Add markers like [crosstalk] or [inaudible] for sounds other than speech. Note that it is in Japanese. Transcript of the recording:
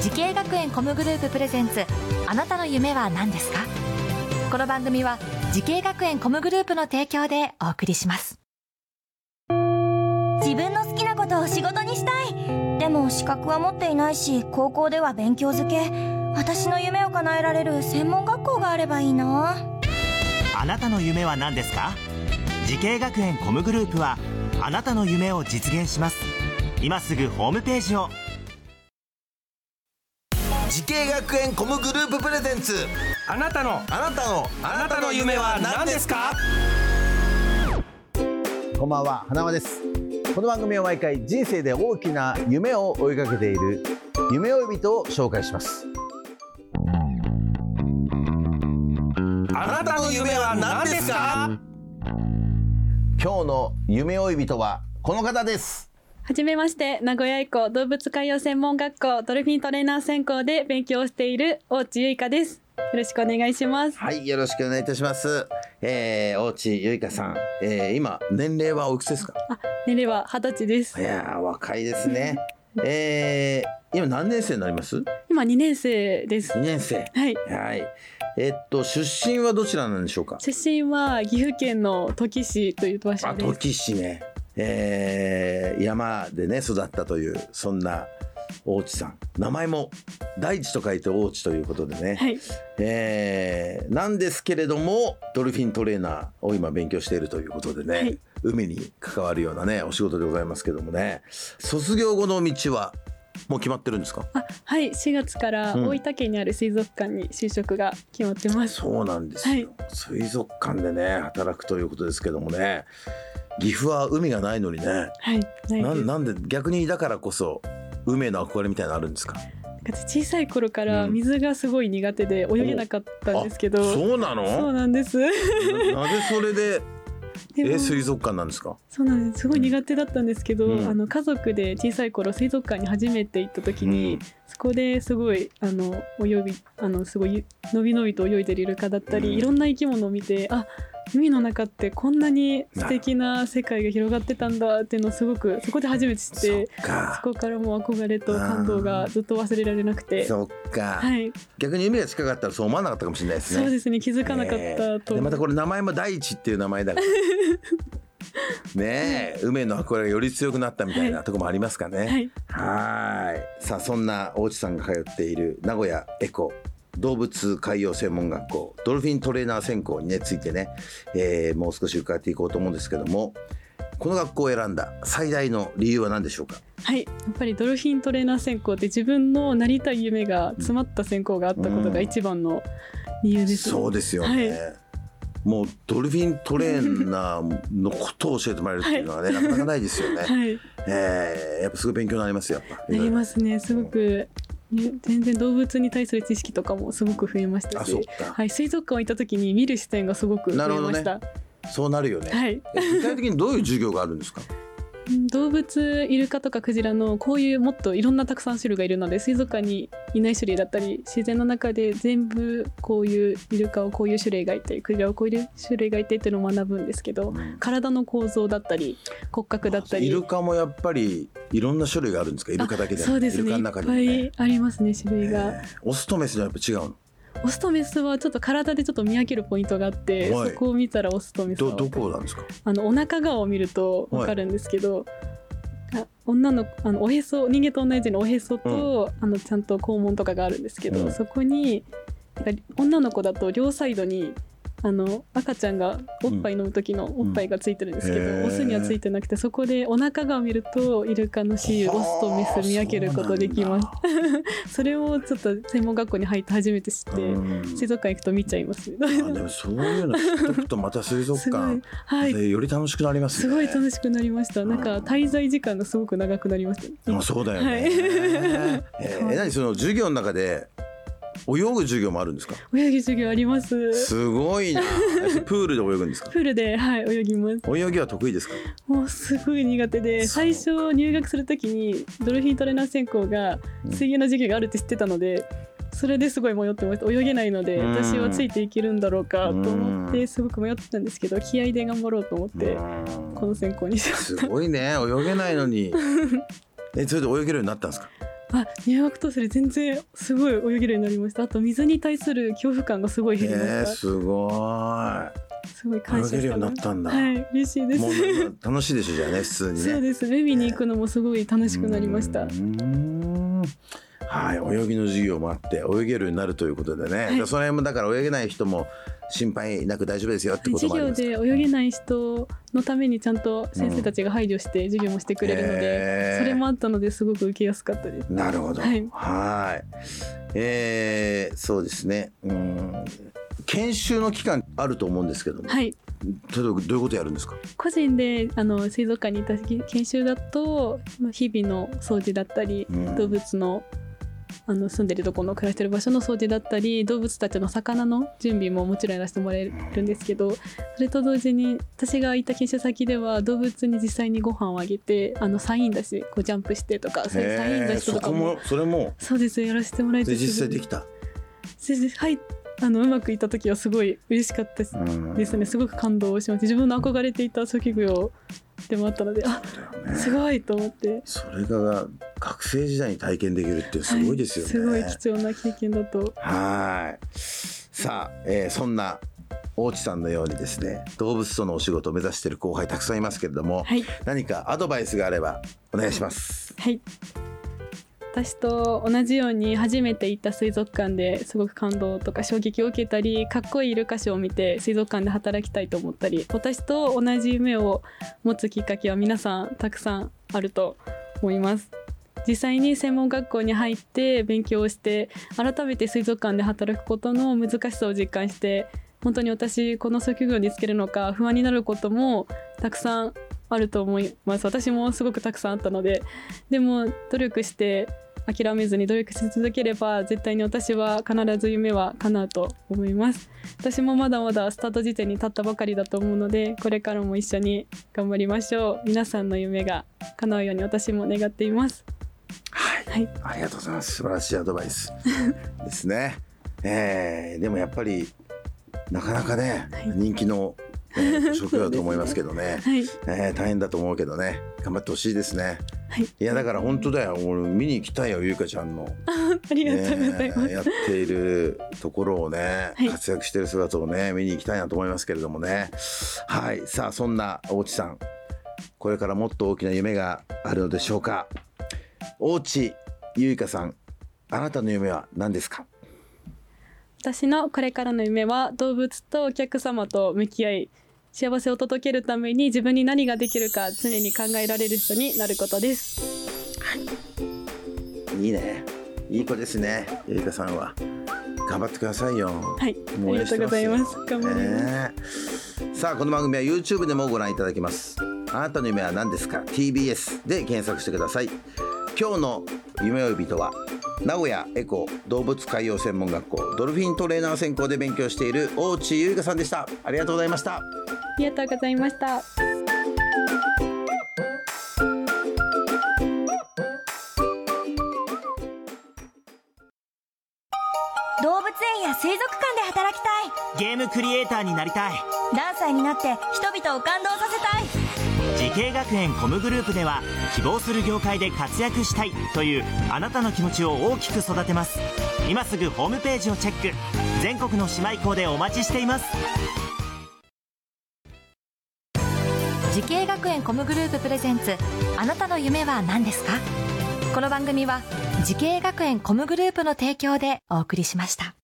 時系学園コムグループプレゼンツあなたの夢は何ですかこの番組は時系学園コムグループの提供でお送りします自分の好きなことを仕事にしたいでも資格は持っていないし高校では勉強づけ私の夢を叶えられる専門学校があればいいなあなたの夢は何ですか時系学園コムグループはあなたの夢を実現します今すぐホームページを時系学園コムグループプレゼンツあなたのあなたのあなたの夢は何ですかこんばんは花輪ですこの番組は毎回人生で大きな夢を追いかけている夢追い人を紹介しますあなたの夢は何ですか今日の夢追い人はこの方ですはじめまして、名古屋以降動物海洋専門学校ドルフィントレーナー専攻で勉強をしている大地ゆいかです。よろしくお願いします。はいよろしくお願いいたします、えー、大地ゆいかさん、えー、今年齢はおいくつですか年齢は二十歳ですい。やー若いですねえー、今何年生になります今二年生です。 2年生はい。はいえっと出身はどちらなんでしょうか出身は岐阜県の土岐市という場所あです。時市ね、えー山でね育ったというそんな大地さん名前も大地と書いて大地ということでね、はい。えーなんですけれどもドルフィントレーナーを今勉強しているということでね、はい海に関わるようなねお仕事でございますけどもね卒業後の道はもう決まってるんですかあ、はい。四月からうん大分県にある水族館に就職が決まってます。そうなんですよ、はい水族館でね働くということですけどもね岐阜は海がないのにねはい。ないなですんなんで逆にだからこそ運命の憧れみたいなのあるんですか小さい頃から水がすごい苦手で泳げなかったんですけど。そうなのそうなんです。ななぜそれででもえ水族館なんですかそうなんですすごい苦手だったんですけど、うんあの家族で小さい頃水族館に初めて行った時に、うんそこですごいあの泳ぎあのすごいのびのびと泳いでるイルカだったり、うんいろんな生き物を見てあ海の中ってこんなに素敵な世界が広がってたんだっていうのをすごくそこで初めて知っそってかそこからもう憧れと感動がずっと忘れられなくて。そっか、はい、逆に海が近かったらそう思わなかったかもしれないですねそうですすね気づかなかったと、でまたこれ名前も第一っていう名前だから [laughs] ねえ梅の憧れがより強くなったみたいなとこもありますかね、はい、はーい。さあそんな大地さんが通っている名古屋エコ動物海洋専門学校ドルフィントレーナー専攻にねついてね、えーもう少し伺っていこうと思うんですけどもこの学校を選んだ最大の理由は何でしょうかはい、やっぱりドルフィントレーナー専攻って自分のなりたい夢が詰まった専攻があったことが一番の理由です。そうですよね、はいもうドルフィントレーナーのことを教えてもらえるっていうのはね、なかなかないですよね、はい、えーやっぱすごい勉強になりますよやっぱなりますね。すごく、ね、全然動物に対する知識とかもすごく増えましたあそっし、か、はい、水族館行った時に見る視点がすごく増えましなた。そうなるよね、はい、え具体的にどういう授業があるんですか動物イルカとかクジラのこういうもっといろんなたくさん種類がいるので水族館にいない種類だったり自然の中で全部こういうイルカをこういう種類がいてクジラをこういう種類がいてっていうのを学ぶんですけど、体の構造だったり骨格だったりイルカもやっぱりいろんな種類があるんですかイルカだけでそうですイルねカいのっ中ぱにもねいありますね種類が、えーオスとメスのやっぱ違うのオスとメスはちょっと体でちょっと見分けるポイントがあってはいそこを見たらオスとメスどはどこなんですかあのお腹側を見るとわかるんですけど、あ女のあのおへそ人間と同じようにおへそと、あのちゃんと肛門とかがあるんですけど、うんそこになんか女の子だと両サイドにあの赤ちゃんがおっぱい飲む時のおっぱいがついてるんですけど、うんへーオスにはついてなくてそこでお腹側を見るとイルカの雌雄オスとメス見分けることできますはそれをちょっと専門学校に入って初めて知っあそうて、なんだうん水族館行くと見ちゃいます、ね、あでもそういうの知っとくとまた水族 [laughs] すごい館はいでより楽しくなりますすねごい楽しくなりました。なんか滞在時間がすごく長くなりました。まあそうだよね、はい [laughs] えー、え何その授業の中で泳ぐ授業もあるんですか泳ぎ授業あります。すごいな [laughs] プールで泳ぐんですかプールで、はい、泳ぎます。泳ぎは得意ですかもうすごい苦手で、そう最初入学するときにドルフィントレーナー専攻が水泳の授業があるって知ってたので、それですごい迷ってました。泳げないので、うん私はついていけるんだろうかと思っうて、んすごく迷ってたんですけど、気合で頑張ろうと思って、うんこの専攻にしましすた。 [laughs] ごいね泳げないのにえそれで泳げるようになったんですかあ入学とする全然すごい泳げるようになりましたあと水に対する恐怖感がすごい減りました、えー、すごーすごいい感泳謝げるしようてになまっすたんだ、はい嬉しいですもう [laughs] なんか楽しいでしょじゃあね普通にねそうです海に行くのもすごい楽しくなりましたうーんはい、泳ぎの授業もあって泳げるようになるということでね、いでその辺もだから泳げない人も心配なく大丈夫ですよってこと授もあり業ますで泳げない人のためにちゃんと先生たちが配慮して授業もしてくれるので、へーそれもあったのですごく受けやすかったですなるほど。はいはいえーそうですね。うん。研修の期間あると思うんですけども、はい例えばどういうことやるんですか。個人であの水族館にいた時研修だとまあ日々の掃除だったり、うん動物のあの住んでるとこの暮らしてる場所の掃除だったり動物たちの魚の準備ももちろんやらせてもらえるんですけどそれと同時に私が行った研修先では動物に実際にご飯をあげてあのサインだしこうジャンプしてとかそういうサインへ出ーしとそかこももそれもそうですやらせてもらえてで実す際ごいできた。先生はいあのうまくいった時はすごい嬉しかったです,、うんですねすごく感動しました自分の憧れていた職業でもあったのであすごいと思ってそれが学生時代に体験できるってすごいですよね。はいすごい貴重な経験だとはい。さあ、えーそんな大地さんのようにですね、動物とのお仕事を目指している後輩たくさんいますけれども、はい何かアドバイスがあればお願いします。はい私と同じように初めて行った水族館ですごく感動とか衝撃を受けたりかっこいいイルカショーを見て水族館で働きたいと思ったり私と同じ夢を持つきっかけは皆さんたくさんあると思います実際に専門学校に入って勉強をして改めて水族館で働くことの難しさを実感して本当に私この職業につけるのか不安になることもたくさんあると思います私もすごくたくさんあったのででも努力して諦めずに努力し続ければ絶対に私は必ず夢は叶うと思います私もまだまだスタート時点に立ったばかりだと思うのでこれからも一緒に頑張りましょう皆さんの夢が叶うように私も願っていますはい。はいありがとうございます。素晴らしいアドバイスですね。えーでもやっぱりなかなかね、はい人気の、え [laughs] ー職業だと思いますけどね。はいえー大変だと思うけどね頑張ってほしいですね、はい、やだから本当だよ俺見に行きたいよゆうかちゃんの [laughs] ありがとうございます、ねえやっているところをね、はい活躍している姿をね見に行きたいなと思いますけれどもねはいさあそんな大地さんこれからもっと大きな夢があるのでしょうか大地ゆいかさんあなたの夢は何ですか私のこれからの夢は動物とお客様と向き合い幸せを届けるために自分に何ができるか常に考えられる人になることですいいねいい子ですねゆいかさんは頑張ってくださいよはいあ応り援がしてとうございよます頑張ります、ねえさあこの番組は YouTube でもご覧いただけますあなたの夢は何ですか TBS で検索してください今日の夢追い人は名古屋エコ動物海洋専門学校ドルフィントレーナー専攻で勉強している大地優香さんでしたありがとうございましたありがとうございました動物園や水族館で働きたいゲームクリエイターになりたい何歳になって人々を感動させたい時系学園コムグループでは希望する業界で活躍したいというあなたの気持ちを大きく育てます今すぐホームページをチェック全国の姉妹校でお待ちしています時系学園コムグループプレゼンツあなたの夢は何ですかこの番組は時系学園コムグループの提供でお送りしました